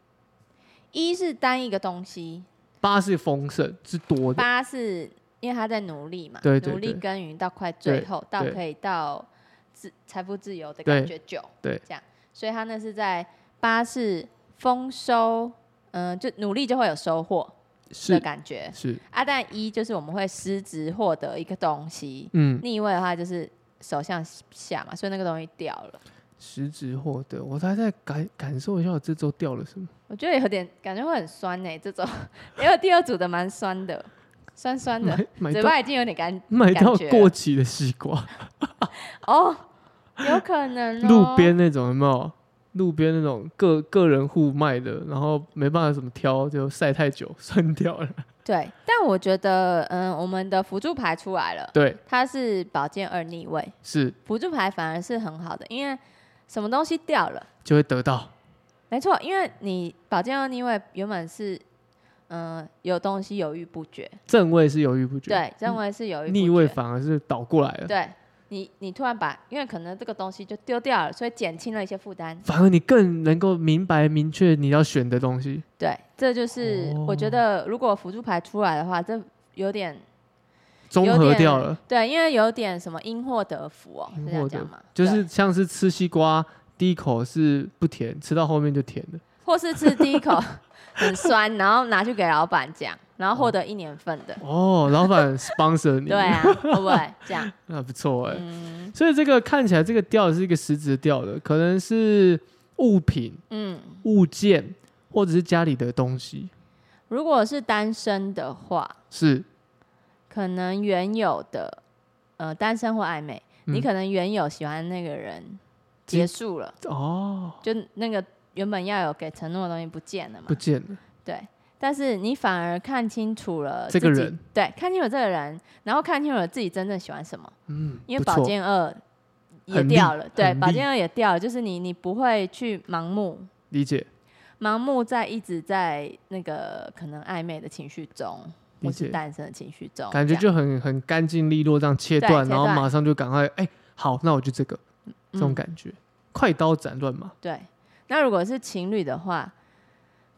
[SPEAKER 2] 一是单一个东西，
[SPEAKER 1] 八是丰盛，是多的，
[SPEAKER 2] 八是因为他在努力嘛，
[SPEAKER 1] 对对
[SPEAKER 2] 努力
[SPEAKER 1] 对
[SPEAKER 2] 耕耘到快最
[SPEAKER 1] 对
[SPEAKER 2] 后，到
[SPEAKER 1] 对
[SPEAKER 2] 可以到自财富自由的感觉九，
[SPEAKER 1] 对
[SPEAKER 2] 这样，所以他呃那是在八是丰收，嗯、就努力就会有收获，的
[SPEAKER 1] 是
[SPEAKER 2] 感觉。
[SPEAKER 1] 是，
[SPEAKER 2] 啊，但一就是我们会失职获得一个东西，
[SPEAKER 1] 嗯，
[SPEAKER 2] 逆位的话就是手向下嘛，所以那个东西掉了。
[SPEAKER 1] 实质获得，我还在感感受一下我这周掉了什么，
[SPEAKER 2] 我觉得有点感觉会很酸呢、这种 因为第二组的蛮酸的，酸酸的，
[SPEAKER 1] 买买
[SPEAKER 2] 嘴
[SPEAKER 1] 到
[SPEAKER 2] 巴已经有点干
[SPEAKER 1] 买
[SPEAKER 2] 感
[SPEAKER 1] 到
[SPEAKER 2] 觉
[SPEAKER 1] 过期的西瓜，
[SPEAKER 2] 哦，有可能、哦、
[SPEAKER 1] 路边那种有没有？路边那种个个人户卖的，然后没办法怎么挑，就晒太久 酸掉了。
[SPEAKER 2] 对，但我觉得嗯，我们的辅助牌出来了，
[SPEAKER 1] 对，
[SPEAKER 2] 它是宝剑二逆位，
[SPEAKER 1] 是
[SPEAKER 2] 辅助牌反而是很好的，因为什么东西掉了。
[SPEAKER 1] 就会得到。
[SPEAKER 2] 没错，因为你宝剑二逆位原本是，嗯、有东西犹豫不决，
[SPEAKER 1] 正位是犹豫不决，嗯
[SPEAKER 2] 对，认为是犹豫不决，
[SPEAKER 1] 逆位反而是倒过来了，
[SPEAKER 2] 对你，你突然把，因为可能这个东西就丢掉了，所以减轻了一些负担。
[SPEAKER 1] 反而你更能够明白明确你要选的东西。
[SPEAKER 2] 对，这就是
[SPEAKER 1] 哦
[SPEAKER 2] 我觉得，如果辅助牌出来的话，这有点
[SPEAKER 1] 综合掉了，
[SPEAKER 2] 对，因为有点什么因祸得福哦，是
[SPEAKER 1] 因
[SPEAKER 2] 这样
[SPEAKER 1] 祸得
[SPEAKER 2] 讲嘛？
[SPEAKER 1] 就是
[SPEAKER 2] 对
[SPEAKER 1] 像是吃西瓜，第一口是不甜，吃到后面就甜了。
[SPEAKER 2] 或是吃第一口很酸，然后拿去给老板讲，然后获得一年份的，
[SPEAKER 1] 哦，老板 sponsor 你，
[SPEAKER 2] 对啊，会不会这样？
[SPEAKER 1] 那不错哎、
[SPEAKER 2] 嗯
[SPEAKER 1] 所以这个看起来这个掉是一个实质掉的，可能是物品、
[SPEAKER 2] 嗯，
[SPEAKER 1] 物件，或者是家里的东西，
[SPEAKER 2] 如果是单身的话，
[SPEAKER 1] 是
[SPEAKER 2] 可能原有的呃单身或暧昧，你
[SPEAKER 1] 嗯
[SPEAKER 2] 可能原有喜欢那个人
[SPEAKER 1] 结
[SPEAKER 2] 结束了，
[SPEAKER 1] 哦，
[SPEAKER 2] 就那个原本要有给承诺的东西不见了嘛
[SPEAKER 1] 不，见了，
[SPEAKER 2] 对。但是你反而看清楚了
[SPEAKER 1] 这个
[SPEAKER 2] 自己
[SPEAKER 1] 人，
[SPEAKER 2] 对，看清楚这个人，然后看清楚了自己真正喜欢什么，
[SPEAKER 1] 嗯，
[SPEAKER 2] 因为
[SPEAKER 1] 不
[SPEAKER 2] 宝
[SPEAKER 1] 错，
[SPEAKER 2] 剑二也
[SPEAKER 1] 很利
[SPEAKER 2] 掉了，对，
[SPEAKER 1] 很
[SPEAKER 2] 宝
[SPEAKER 1] 利
[SPEAKER 2] 剑二也掉了，就是你你不会去盲目。
[SPEAKER 1] 理解
[SPEAKER 2] 盲目在一直在那个可能暧昧的情绪中，
[SPEAKER 1] 理
[SPEAKER 2] 或是
[SPEAKER 1] 解，
[SPEAKER 2] 单身的情绪中，
[SPEAKER 1] 感觉
[SPEAKER 2] 这样
[SPEAKER 1] 就很很干净利落，这样切
[SPEAKER 2] 对
[SPEAKER 1] 断，
[SPEAKER 2] 切
[SPEAKER 1] 然后
[SPEAKER 2] 断
[SPEAKER 1] 马上就赶快，哎、好，那我就这个，这种
[SPEAKER 2] 嗯
[SPEAKER 1] 感觉，快刀斩乱麻，
[SPEAKER 2] 对，那如果是情侣的话，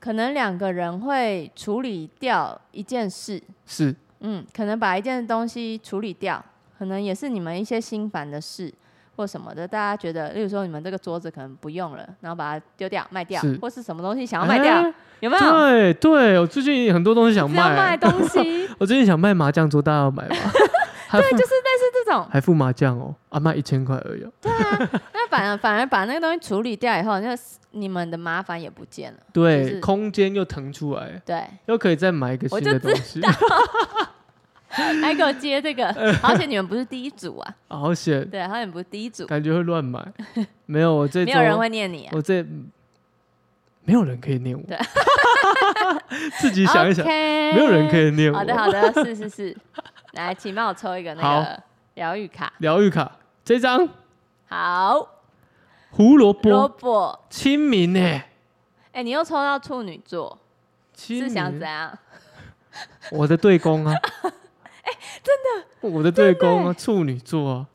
[SPEAKER 2] 可能两个人会处理掉一件事，
[SPEAKER 1] 是
[SPEAKER 2] 嗯，可能把一件东西处理掉，可能也是你们一些心烦的事或什么的，大家觉得，例如说你们这个桌子可能不用了，然后把它丢掉、卖掉
[SPEAKER 1] 是，
[SPEAKER 2] 或是什么东西想要卖掉，
[SPEAKER 1] 哎
[SPEAKER 2] 有没有？
[SPEAKER 1] 对对，我最近也很多东西想
[SPEAKER 2] 只要
[SPEAKER 1] 卖，
[SPEAKER 2] 卖东西，
[SPEAKER 1] 我最近想卖麻将桌，大家要买 吗？还
[SPEAKER 2] 对，
[SPEAKER 1] 付
[SPEAKER 2] 就是类似这种，
[SPEAKER 1] 还付麻将哦，啊，卖一千块而已哦、
[SPEAKER 2] 那反而反而把那个东西处理掉以后，那你们的麻烦也不见了，
[SPEAKER 1] 对，
[SPEAKER 2] 是
[SPEAKER 1] 空间又腾出来，
[SPEAKER 2] 对。
[SPEAKER 1] 又可以再买一个
[SPEAKER 2] 我
[SPEAKER 1] 新
[SPEAKER 2] 就
[SPEAKER 1] 的东西，
[SPEAKER 2] 还给我接这 个，而且你们不是第一组啊，
[SPEAKER 1] 啊 好险，
[SPEAKER 2] 对，好像你们不是第一组，
[SPEAKER 1] 感觉会乱 买。没有，我这
[SPEAKER 2] 没
[SPEAKER 1] 周
[SPEAKER 2] 有人会念你、啊。
[SPEAKER 1] 我这没有人可以念我
[SPEAKER 2] 对，
[SPEAKER 1] 自己想一想
[SPEAKER 2] o，k
[SPEAKER 1] 没有人可以念
[SPEAKER 2] 好的，
[SPEAKER 1] 我。
[SPEAKER 2] 好的，是是是，来，请帮我抽一个那个疗愈卡。
[SPEAKER 1] 疗愈卡这张
[SPEAKER 2] 好，
[SPEAKER 1] 胡萝卜
[SPEAKER 2] 萝卜，
[SPEAKER 1] 清明呢、
[SPEAKER 2] 哎、你又抽到处女座，
[SPEAKER 1] 清
[SPEAKER 2] 是
[SPEAKER 1] 明
[SPEAKER 2] 想怎样？
[SPEAKER 1] 我的对公 啊，哎、真的，我的对公啊，处女座啊，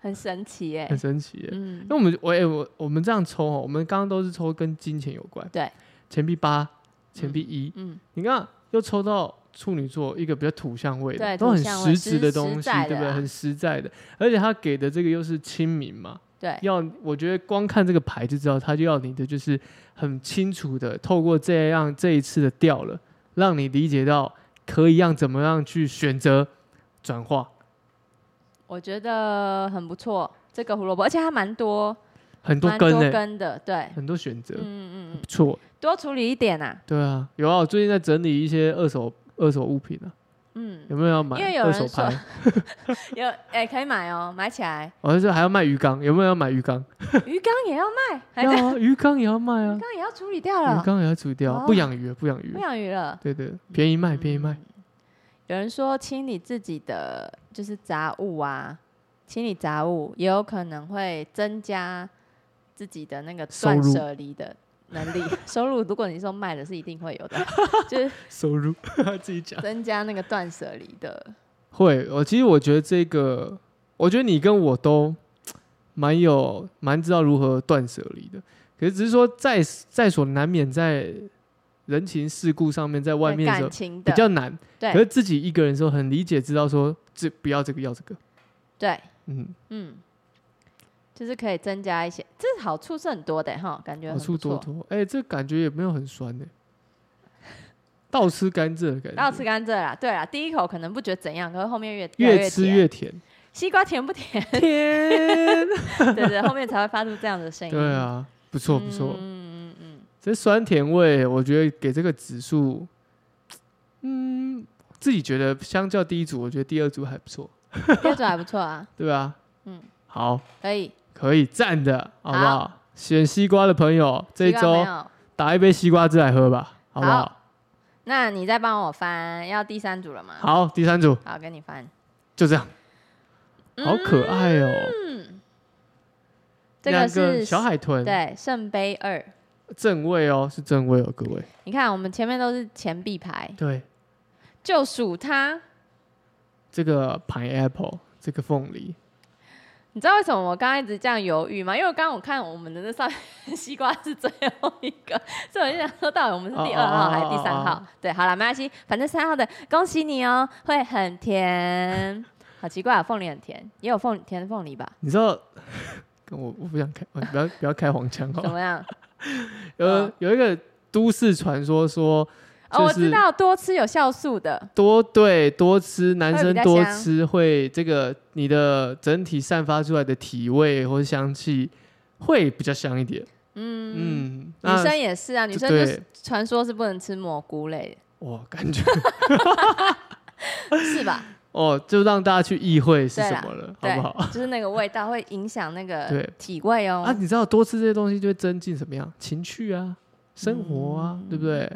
[SPEAKER 2] 很神奇哎、
[SPEAKER 1] 很神奇耶。
[SPEAKER 2] 嗯，
[SPEAKER 1] 那我们我哎、我我们这样抽哦，我们刚刚都是抽跟金钱有关，
[SPEAKER 2] 对，
[SPEAKER 1] 钱币八，钱币一，
[SPEAKER 2] 嗯，
[SPEAKER 1] 你看又抽到处女座一个比较土象味的，
[SPEAKER 2] 对
[SPEAKER 1] 都很
[SPEAKER 2] 土象味
[SPEAKER 1] 实质的东
[SPEAKER 2] 实
[SPEAKER 1] 西
[SPEAKER 2] 实在，的
[SPEAKER 1] 对不对？
[SPEAKER 2] 啊
[SPEAKER 1] 很实在的，而且他给的这个又是亲民嘛，
[SPEAKER 2] 对，
[SPEAKER 1] 要我觉得光看这个牌就知道，他就要你的就是很清楚的，透过这样这一次的掉了，让你理解到可以让怎么样去选择转化，
[SPEAKER 2] 我觉得很不错，这个胡萝卜，而且它蛮多，
[SPEAKER 1] 很多
[SPEAKER 2] 蛮
[SPEAKER 1] 根
[SPEAKER 2] 多
[SPEAKER 1] 呢、
[SPEAKER 2] 根的，对，
[SPEAKER 1] 很多选择，
[SPEAKER 2] 嗯嗯嗯
[SPEAKER 1] 不，错，
[SPEAKER 2] 多处理一点啊，
[SPEAKER 1] 对啊，有啊，我最近在整理一些二手二手物品啊，
[SPEAKER 2] 嗯，
[SPEAKER 1] 有没有要买
[SPEAKER 2] 因为有
[SPEAKER 1] 二
[SPEAKER 2] 人
[SPEAKER 1] 手
[SPEAKER 2] 说
[SPEAKER 1] 拍？
[SPEAKER 2] 有，哎、可以买哦，买起来，
[SPEAKER 1] 我就说还要卖鱼缸，有没有要买鱼缸？
[SPEAKER 2] 鱼缸也要卖，还
[SPEAKER 1] 要
[SPEAKER 2] 在
[SPEAKER 1] 啊，鱼缸也要卖 啊
[SPEAKER 2] 鱼，缸也要处理掉
[SPEAKER 1] 鱼
[SPEAKER 2] 了，
[SPEAKER 1] 缸也要除掉，啊
[SPEAKER 2] 哦
[SPEAKER 1] 不养鱼，不养鱼
[SPEAKER 2] 不，养嗯鱼了。
[SPEAKER 1] 对对，便宜卖，便宜卖，
[SPEAKER 2] 有人说清理自己的就是杂物啊，清理杂物也有可能会增加自己的那个
[SPEAKER 1] 收
[SPEAKER 2] 断
[SPEAKER 1] 入
[SPEAKER 2] 舍离的能力 收入。如果你说卖的是一定会有的， 就是
[SPEAKER 1] 收入 自己讲。
[SPEAKER 2] 增加那个断舍离的。
[SPEAKER 1] 会，我其实我觉得这个，我觉得你跟我都蛮有蛮知道如何断舍离的。可是只是说在在所难免，在人情世故上面，在外
[SPEAKER 2] 对
[SPEAKER 1] 面的时
[SPEAKER 2] 感
[SPEAKER 1] 候
[SPEAKER 2] 情
[SPEAKER 1] 比
[SPEAKER 2] 的，
[SPEAKER 1] 较难。
[SPEAKER 2] 对
[SPEAKER 1] 可是自己一个人的时候，很理解知道说这不要这个要这个，
[SPEAKER 2] 对，
[SPEAKER 1] 嗯，
[SPEAKER 2] 嗯，就是可以增加一些，这好处是很多的哈，感觉
[SPEAKER 1] 好
[SPEAKER 2] 很
[SPEAKER 1] 处
[SPEAKER 2] 不
[SPEAKER 1] 多
[SPEAKER 2] 错。
[SPEAKER 1] 多。哎、这感觉也没有很酸呢、倒吃甘蔗的感觉，
[SPEAKER 2] 然后吃甘蔗啦，对啦，第一口可能不觉得怎样，可是后面越来
[SPEAKER 1] 越吃
[SPEAKER 2] 甜
[SPEAKER 1] 越甜，
[SPEAKER 2] 西瓜甜不甜？
[SPEAKER 1] 甜，
[SPEAKER 2] 对对，后面才会发出这样的声音。
[SPEAKER 1] 对，啊，不错不错，
[SPEAKER 2] 哎嗯嗯嗯
[SPEAKER 1] 这酸甜味我觉得给这个指数，嗯，自己觉得相较第一组，我觉得第二组还不错，
[SPEAKER 2] 嗯，标准还不错啊，
[SPEAKER 1] 对吧？
[SPEAKER 2] 嗯，
[SPEAKER 1] 好，
[SPEAKER 2] 可以。
[SPEAKER 1] 可以赞的，好不好？
[SPEAKER 2] 好
[SPEAKER 1] 选西瓜的朋友， 这一
[SPEAKER 2] 西瓜没
[SPEAKER 1] 周
[SPEAKER 2] 有，
[SPEAKER 1] 打一杯西瓜汁来喝吧，好不好？
[SPEAKER 2] 那你再帮我翻，要第三组了吗？
[SPEAKER 1] 好，第三组
[SPEAKER 2] 好，给你翻。
[SPEAKER 1] 就这样，
[SPEAKER 2] 嗯
[SPEAKER 1] 好可爱哦、
[SPEAKER 2] 这
[SPEAKER 1] 两
[SPEAKER 2] 是
[SPEAKER 1] 小海豚，
[SPEAKER 2] 对圣杯二。
[SPEAKER 1] 正位哦、是正位哦、各位，
[SPEAKER 2] 你看，我们前面都是钱币牌，
[SPEAKER 1] 对，
[SPEAKER 2] 就数它。
[SPEAKER 1] 这个 pineapple，这个凤梨，
[SPEAKER 2] 你知道为什么我刚刚一直这样犹豫吗？因为刚刚我看我们的那上面西瓜是最后一个， 所以我就想说，到底我们是第二
[SPEAKER 1] 哦哦哦
[SPEAKER 2] 号还是第三
[SPEAKER 1] 哦
[SPEAKER 2] 号
[SPEAKER 1] 哦？
[SPEAKER 2] 对，好了，没关系，反正三号的，恭喜你哦，会很甜。好奇怪啊，凤梨很甜，也有凤甜的凤 梨吧？
[SPEAKER 1] 你知道？跟我我不想开，我不要不要开黄腔好
[SPEAKER 2] 怎
[SPEAKER 1] 了。
[SPEAKER 2] 么样？
[SPEAKER 1] 有
[SPEAKER 2] 嗯
[SPEAKER 1] 有一个都市传说说，
[SPEAKER 2] 哦，我
[SPEAKER 1] 就是
[SPEAKER 2] 知道，多吃有酵素的，
[SPEAKER 1] 多对多吃，男生
[SPEAKER 2] 比较
[SPEAKER 1] 多
[SPEAKER 2] 香
[SPEAKER 1] 吃会这个你的整体散发出来的体味或者香气会比较香一点。
[SPEAKER 2] 嗯嗯，
[SPEAKER 1] 嗯，
[SPEAKER 2] 女
[SPEAKER 1] 那
[SPEAKER 2] 生也是啊，女生
[SPEAKER 1] 对
[SPEAKER 2] 就是传说是不能吃蘑菇类
[SPEAKER 1] 哇，感觉
[SPEAKER 2] 的，是吧？
[SPEAKER 1] 哦，就让大家去意会是
[SPEAKER 2] 对
[SPEAKER 1] 什
[SPEAKER 2] 啦
[SPEAKER 1] 么了，好
[SPEAKER 2] 对
[SPEAKER 1] 不好？
[SPEAKER 2] 就是那个味道会影响那个
[SPEAKER 1] 对
[SPEAKER 2] 体味哦。
[SPEAKER 1] 啊，你知道多吃这些东西就会增进什么样情趣啊、生活啊，
[SPEAKER 2] 嗯
[SPEAKER 1] 对不对？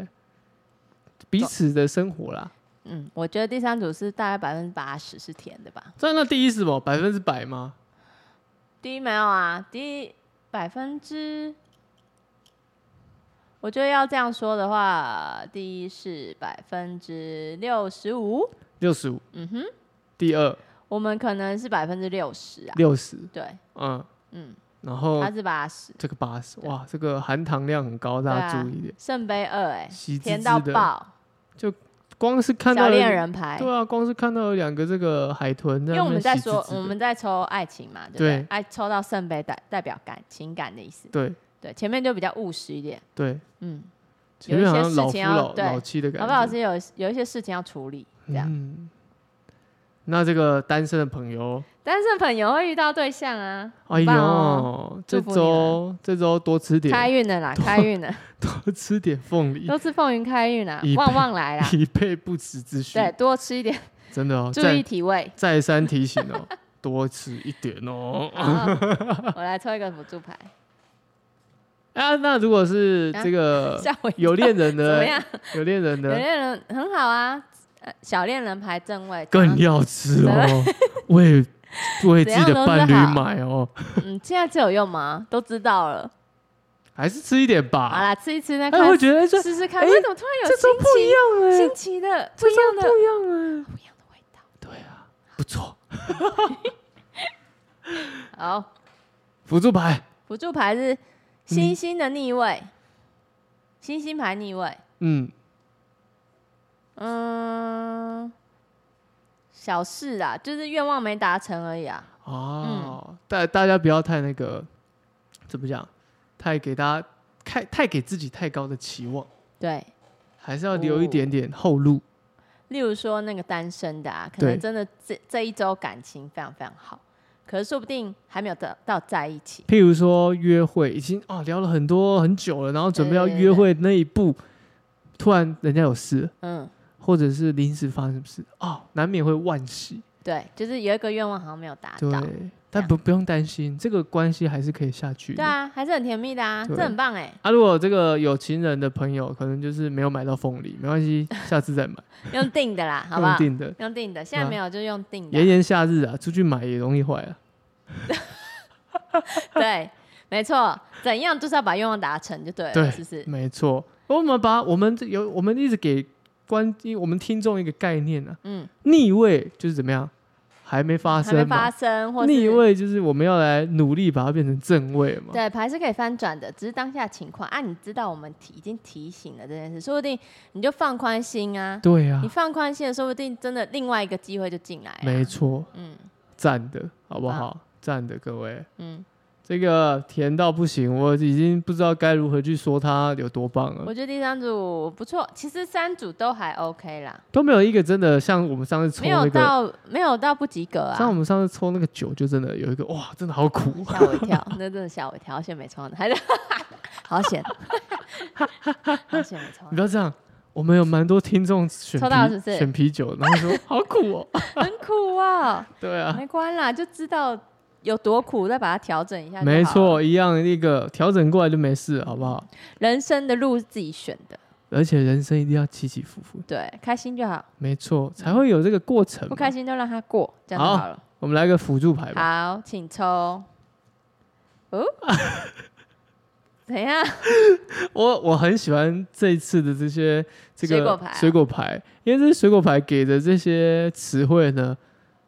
[SPEAKER 1] 彼此的生活啦。
[SPEAKER 2] 嗯，我觉得第三组是大概百分之八十是甜的吧。
[SPEAKER 1] 那那第一是什么？百分之百吗？
[SPEAKER 2] 第一没有啊，第一百分之，我觉得要这样说的话，第一是百分之六十五，
[SPEAKER 1] 六十五。
[SPEAKER 2] 嗯哼，
[SPEAKER 1] 第二
[SPEAKER 2] 我们可能是百分之六十啊，
[SPEAKER 1] 六十，
[SPEAKER 2] 对，
[SPEAKER 1] 嗯，
[SPEAKER 2] 嗯，
[SPEAKER 1] 然后
[SPEAKER 2] 它是八十，
[SPEAKER 1] 这个八十，哇，这个含糖量很高，
[SPEAKER 2] 对
[SPEAKER 1] 大家
[SPEAKER 2] 啊
[SPEAKER 1] 注意一点。，
[SPEAKER 2] 圣杯二哎、
[SPEAKER 1] 喜滋
[SPEAKER 2] 甜
[SPEAKER 1] 滋
[SPEAKER 2] 到
[SPEAKER 1] 的，
[SPEAKER 2] 爆，
[SPEAKER 1] 光是看到
[SPEAKER 2] 小
[SPEAKER 1] 有
[SPEAKER 2] 恋，人牌，
[SPEAKER 1] 对啊，光是看到有两个这个海豚在那
[SPEAKER 2] 因
[SPEAKER 1] 边
[SPEAKER 2] 为我们在
[SPEAKER 1] 喜滋
[SPEAKER 2] 说
[SPEAKER 1] 滋的
[SPEAKER 2] 我们在抽爱情嘛，对不对
[SPEAKER 1] 对？
[SPEAKER 2] 爱抽到圣杯代代表感情感的意思，
[SPEAKER 1] 对
[SPEAKER 2] 对，前面就比较务实一点，
[SPEAKER 1] 对，
[SPEAKER 2] 嗯。
[SPEAKER 1] 前面
[SPEAKER 2] 有
[SPEAKER 1] 好
[SPEAKER 2] 一些
[SPEAKER 1] 像老
[SPEAKER 2] 事
[SPEAKER 1] 夫
[SPEAKER 2] 情要
[SPEAKER 1] 老
[SPEAKER 2] 对
[SPEAKER 1] 老妻的感
[SPEAKER 2] 老
[SPEAKER 1] 觉，
[SPEAKER 2] 不老师有有一些事情要处理，这样。
[SPEAKER 1] 嗯，那这个单身的朋友，
[SPEAKER 2] 单身朋友会遇到对 象啊，
[SPEAKER 1] 哎
[SPEAKER 2] 很棒哦，
[SPEAKER 1] 呦，这
[SPEAKER 2] 祝福你
[SPEAKER 1] 周这周多吃
[SPEAKER 2] 开
[SPEAKER 1] 点，
[SPEAKER 2] 运的啦，开运的，
[SPEAKER 1] 多吃点凤梨，
[SPEAKER 2] 多吃风云开运啦
[SPEAKER 1] 一，
[SPEAKER 2] 旺旺来啦，
[SPEAKER 1] 以备不时之需。
[SPEAKER 2] 对，多吃一点，
[SPEAKER 1] 真的哦，
[SPEAKER 2] 注意
[SPEAKER 1] 再
[SPEAKER 2] 体味。
[SPEAKER 1] 再三提醒哦， 多吃一点哦。
[SPEAKER 2] 好我来抽一个辅助牌，
[SPEAKER 1] 啊，那如果是
[SPEAKER 2] 啊
[SPEAKER 1] 这个
[SPEAKER 2] 吓我一跳
[SPEAKER 1] 有恋人
[SPEAKER 2] 怎么
[SPEAKER 1] 的，
[SPEAKER 2] 样？
[SPEAKER 1] 有恋人
[SPEAKER 2] 有
[SPEAKER 1] 的
[SPEAKER 2] 恋人很好啊，呃小恋人牌正位，
[SPEAKER 1] 更要吃哦，为为自己的伴侣
[SPEAKER 2] 怎样都是好
[SPEAKER 1] 买哦，
[SPEAKER 2] 嗯，现在这有用吗？都知道了，
[SPEAKER 1] 还是吃一点
[SPEAKER 2] 好
[SPEAKER 1] 吧。
[SPEAKER 2] 啦，吃一吃那
[SPEAKER 1] 哎，
[SPEAKER 2] 看
[SPEAKER 1] 我觉得这
[SPEAKER 2] 试试看，
[SPEAKER 1] 哎
[SPEAKER 2] 为什么突然有
[SPEAKER 1] 这周不一
[SPEAKER 2] 新
[SPEAKER 1] 样
[SPEAKER 2] 奇
[SPEAKER 1] 哎，
[SPEAKER 2] 新奇的不一样的
[SPEAKER 1] 这周不一样
[SPEAKER 2] 不一样的味道？
[SPEAKER 1] 哎，不错，
[SPEAKER 2] 好，
[SPEAKER 1] 辅助牌，
[SPEAKER 2] 辅助牌是
[SPEAKER 1] 嗯
[SPEAKER 2] 星星的逆位，星星牌逆位，
[SPEAKER 1] 嗯，
[SPEAKER 2] 嗯，小事啊，就是愿望没达成而已啊。
[SPEAKER 1] 哦，
[SPEAKER 2] 嗯
[SPEAKER 1] 大大家不要太那个，怎么讲，太给大家太太给自己太高的期望，
[SPEAKER 2] 对，
[SPEAKER 1] 还是要留一
[SPEAKER 2] 哦
[SPEAKER 1] 点点后路。
[SPEAKER 2] 例如说那个单身的啊，可能
[SPEAKER 1] 对
[SPEAKER 2] 真的这这一周感情非常非常好，可是说不定还没有到到在一起。
[SPEAKER 1] 譬如说约会，已经啊聊了很多很久了，然后准备要
[SPEAKER 2] 对对对
[SPEAKER 1] 约会那一步，突然人家有事了，
[SPEAKER 2] 嗯，
[SPEAKER 1] 或者是临时发生什么事，哦，难免会惋惜。
[SPEAKER 2] 对，就是有一个愿望好像没有达
[SPEAKER 1] 对
[SPEAKER 2] 到。，
[SPEAKER 1] 但不不用担心，这个关系还是可以下去的。
[SPEAKER 2] 对啊，还是很甜蜜的啊，
[SPEAKER 1] 对
[SPEAKER 2] 这很棒哎、
[SPEAKER 1] 啊如果这个有情人的朋友，可能就是没有买到凤梨，没关系，下次再买，
[SPEAKER 2] 用定的啦，好不
[SPEAKER 1] 用
[SPEAKER 2] 好？嗯
[SPEAKER 1] 定的。
[SPEAKER 2] 用定的，现在没有就用定的啊、
[SPEAKER 1] 炎炎夏日啊，出去买也容易坏啊。
[SPEAKER 2] 对，没错，怎样就是要把愿望达成就对了，
[SPEAKER 1] 对
[SPEAKER 2] 是不是？
[SPEAKER 1] 没错，哦我们把我们这有我们一直给观我们听众一个概念啊，
[SPEAKER 2] 嗯，
[SPEAKER 1] 逆位就是怎么样，还没发
[SPEAKER 2] 还没
[SPEAKER 1] 生嘛
[SPEAKER 2] 发，生，或是
[SPEAKER 1] 逆位就是我们要来努力把它变成正位嘛。
[SPEAKER 2] 对，啊牌是可以翻转的，只是当下情况啊，你知道我们提已经提醒了这件事，说不定你就放宽心啊，
[SPEAKER 1] 对呀、
[SPEAKER 2] 你放宽心了，说不定真的另外一个机会就进来了。啊
[SPEAKER 1] 没错，
[SPEAKER 2] 嗯
[SPEAKER 1] 赞的好不
[SPEAKER 2] 啊
[SPEAKER 1] 好？赞的各位，
[SPEAKER 2] 嗯，
[SPEAKER 1] 这个甜到不行，我已经不知道该如何去说它有多棒了
[SPEAKER 2] 我。觉得第三组不错，其实三组都还 OK 啦，
[SPEAKER 1] 都没有一个真的像我们上次抽
[SPEAKER 2] 没有
[SPEAKER 1] 那个，
[SPEAKER 2] 到没有到不及格啊，
[SPEAKER 1] 像我们上次抽那个酒，就真的有一个哇，真的好苦。啊
[SPEAKER 2] 吓我一跳，那真的吓我一跳，好险没抽到，还是 好险，好险没抽
[SPEAKER 1] 你不要这样，我们有蛮多听众选
[SPEAKER 2] 抽到
[SPEAKER 1] 啤
[SPEAKER 2] 是不是
[SPEAKER 1] 选啤酒，然后 说好苦哦。
[SPEAKER 2] 到，很苦啊，
[SPEAKER 1] 对啊，
[SPEAKER 2] 没关啦，就知道有多苦，再把它调整一下，
[SPEAKER 1] 没，错，一样那个调整过来就没事了，好不好？
[SPEAKER 2] 人生的路是自己选的，
[SPEAKER 1] 而且人生一定要起起伏伏，
[SPEAKER 2] 对，开心就好，
[SPEAKER 1] 没错，才会有这个过程嘛。
[SPEAKER 2] 不开心就让它过，这样就
[SPEAKER 1] 好
[SPEAKER 2] 好了。
[SPEAKER 1] 我们来个辅助牌吧。
[SPEAKER 2] 好，请抽。哦，怎样？
[SPEAKER 1] 我我很喜欢这一次的这些这个
[SPEAKER 2] 水果牌啊
[SPEAKER 1] 水果牌因为这些水果牌给的这些词汇呢，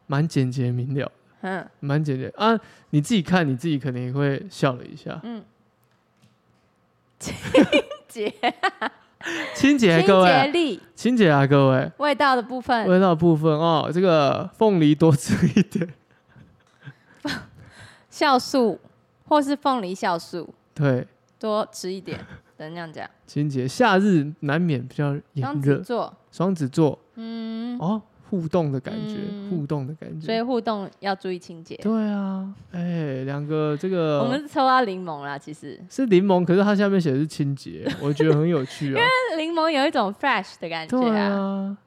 [SPEAKER 1] 蛮简洁明了，
[SPEAKER 2] 嗯，
[SPEAKER 1] 蛮简洁啊。你自己看，你自己可能也会笑了一下。
[SPEAKER 2] 嗯节
[SPEAKER 1] 清洁
[SPEAKER 2] 清
[SPEAKER 1] 各
[SPEAKER 2] 洁
[SPEAKER 1] 位，
[SPEAKER 2] 力
[SPEAKER 1] 清洁啊各位，
[SPEAKER 2] 味道的部分，
[SPEAKER 1] 味道部分哦，这个凤梨多吃一点，
[SPEAKER 2] 酵素或是凤梨酵素，
[SPEAKER 1] 对，
[SPEAKER 2] 多吃一点，只能这样讲。
[SPEAKER 1] 清洁。夏日难免比较炎
[SPEAKER 2] 双子
[SPEAKER 1] 热，
[SPEAKER 2] 座，
[SPEAKER 1] 双子座
[SPEAKER 2] 嗯，
[SPEAKER 1] 哦，互动的感觉，
[SPEAKER 2] 嗯
[SPEAKER 1] 互动的感
[SPEAKER 2] 所以
[SPEAKER 1] 觉。
[SPEAKER 2] 互动要注意清洁。
[SPEAKER 1] 对啊，哎、两个这个
[SPEAKER 2] 我们是抽到柠檬啦，其实
[SPEAKER 1] 是柠檬，可是它下面写的是清洁，我觉得很有趣啊。
[SPEAKER 2] 但柠檬有一种 fresh 的感觉
[SPEAKER 1] 对
[SPEAKER 2] 啊，
[SPEAKER 1] 啊，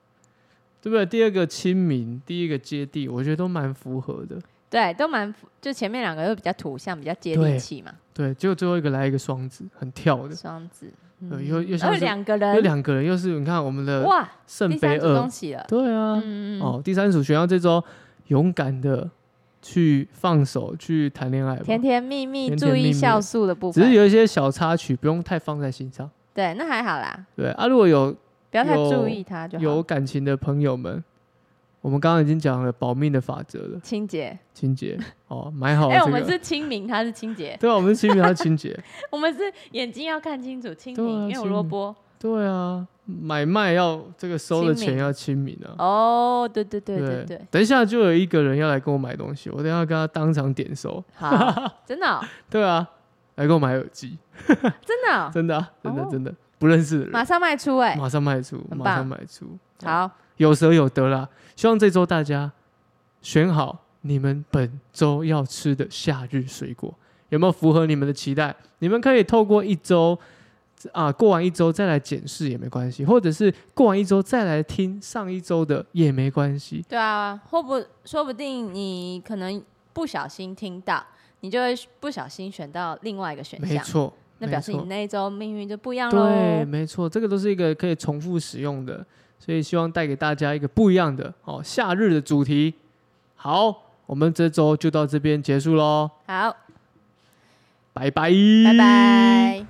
[SPEAKER 1] 对不对？第二个亲民，第一个接地，我觉得都蛮符合的。
[SPEAKER 2] 对，都蛮符就前面两个都比较土象，比较接地
[SPEAKER 1] 对
[SPEAKER 2] 气嘛。
[SPEAKER 1] 对，结果最后一个来一个双子，很跳的。
[SPEAKER 2] 双子，
[SPEAKER 1] 呃又又
[SPEAKER 2] 然
[SPEAKER 1] 像
[SPEAKER 2] 后
[SPEAKER 1] 是
[SPEAKER 2] 两个
[SPEAKER 1] 有
[SPEAKER 2] 人，
[SPEAKER 1] 两个人，又是你看我们的
[SPEAKER 2] 哇，第
[SPEAKER 1] 圣杯
[SPEAKER 2] 三组恭
[SPEAKER 1] 二，
[SPEAKER 2] 喜了，
[SPEAKER 1] 对啊，
[SPEAKER 2] 嗯嗯嗯，
[SPEAKER 1] 哦，第三组选到这周，勇敢的去放手去谈恋爱吧。
[SPEAKER 2] 甜甜蜜蜜，
[SPEAKER 1] 甜
[SPEAKER 2] 注
[SPEAKER 1] 甜
[SPEAKER 2] 意
[SPEAKER 1] 蜜蜜
[SPEAKER 2] 酵素的部
[SPEAKER 1] 只是
[SPEAKER 2] 分，
[SPEAKER 1] 有一些小插曲，不用太放在心上。
[SPEAKER 2] 对，那还好啦，
[SPEAKER 1] 对啊，如果有
[SPEAKER 2] 不要太
[SPEAKER 1] 有
[SPEAKER 2] 注意它就
[SPEAKER 1] 有
[SPEAKER 2] 好。
[SPEAKER 1] 感情的朋友们，我们刚刚已经讲了保命的法则了。
[SPEAKER 2] 清洁，
[SPEAKER 1] 清 洁哦，买好
[SPEAKER 2] 哎，我
[SPEAKER 1] 这
[SPEAKER 2] 们
[SPEAKER 1] 个。
[SPEAKER 2] 是清明，它是清洁，
[SPEAKER 1] 对啊，我们是清明，它是清洁。
[SPEAKER 2] 我们是眼睛要看清楚，清
[SPEAKER 1] 对啊
[SPEAKER 2] 明，因为有
[SPEAKER 1] 清
[SPEAKER 2] 萝
[SPEAKER 1] 明
[SPEAKER 2] 卜。
[SPEAKER 1] 对啊，买卖要这个收的
[SPEAKER 2] 亲
[SPEAKER 1] 钱
[SPEAKER 2] 民
[SPEAKER 1] 要亲民啊。
[SPEAKER 2] 哦，对对对对对，
[SPEAKER 1] 等一下就有一个人要来跟我买东西，我等一下跟他当场点收。
[SPEAKER 2] 好，真的哦，
[SPEAKER 1] 对啊，来跟我买耳机，
[SPEAKER 2] 真的哦，
[SPEAKER 1] 真的啊、真的
[SPEAKER 2] 哦
[SPEAKER 1] 真的，不认识的人
[SPEAKER 2] 马上卖出哎，
[SPEAKER 1] 马上卖出，
[SPEAKER 2] 很棒
[SPEAKER 1] 马上卖出，
[SPEAKER 2] 好，
[SPEAKER 1] 有舍有得啦。希望这周大家选好你们本周要吃的夏日水果，有没有符合你们的期待？你们可以透过一周啊，过完一周再来检视也没关系，或者是过完一周再来听上一周的也没关系。
[SPEAKER 2] 对啊，或不说不定你可能不小心听到，你就会不小心选到另外一个选
[SPEAKER 1] 没
[SPEAKER 2] 项，
[SPEAKER 1] 错，
[SPEAKER 2] 那
[SPEAKER 1] 没
[SPEAKER 2] 表示
[SPEAKER 1] 错
[SPEAKER 2] 你那一周命运就不一样
[SPEAKER 1] 对，
[SPEAKER 2] 喽。
[SPEAKER 1] 没错，这个都是一个可以重复使用的，所以希望带给大家一个不一样的哦夏日的主题。好，我们这周就到这边结束喽，
[SPEAKER 2] 好，
[SPEAKER 1] 拜拜，
[SPEAKER 2] 拜拜。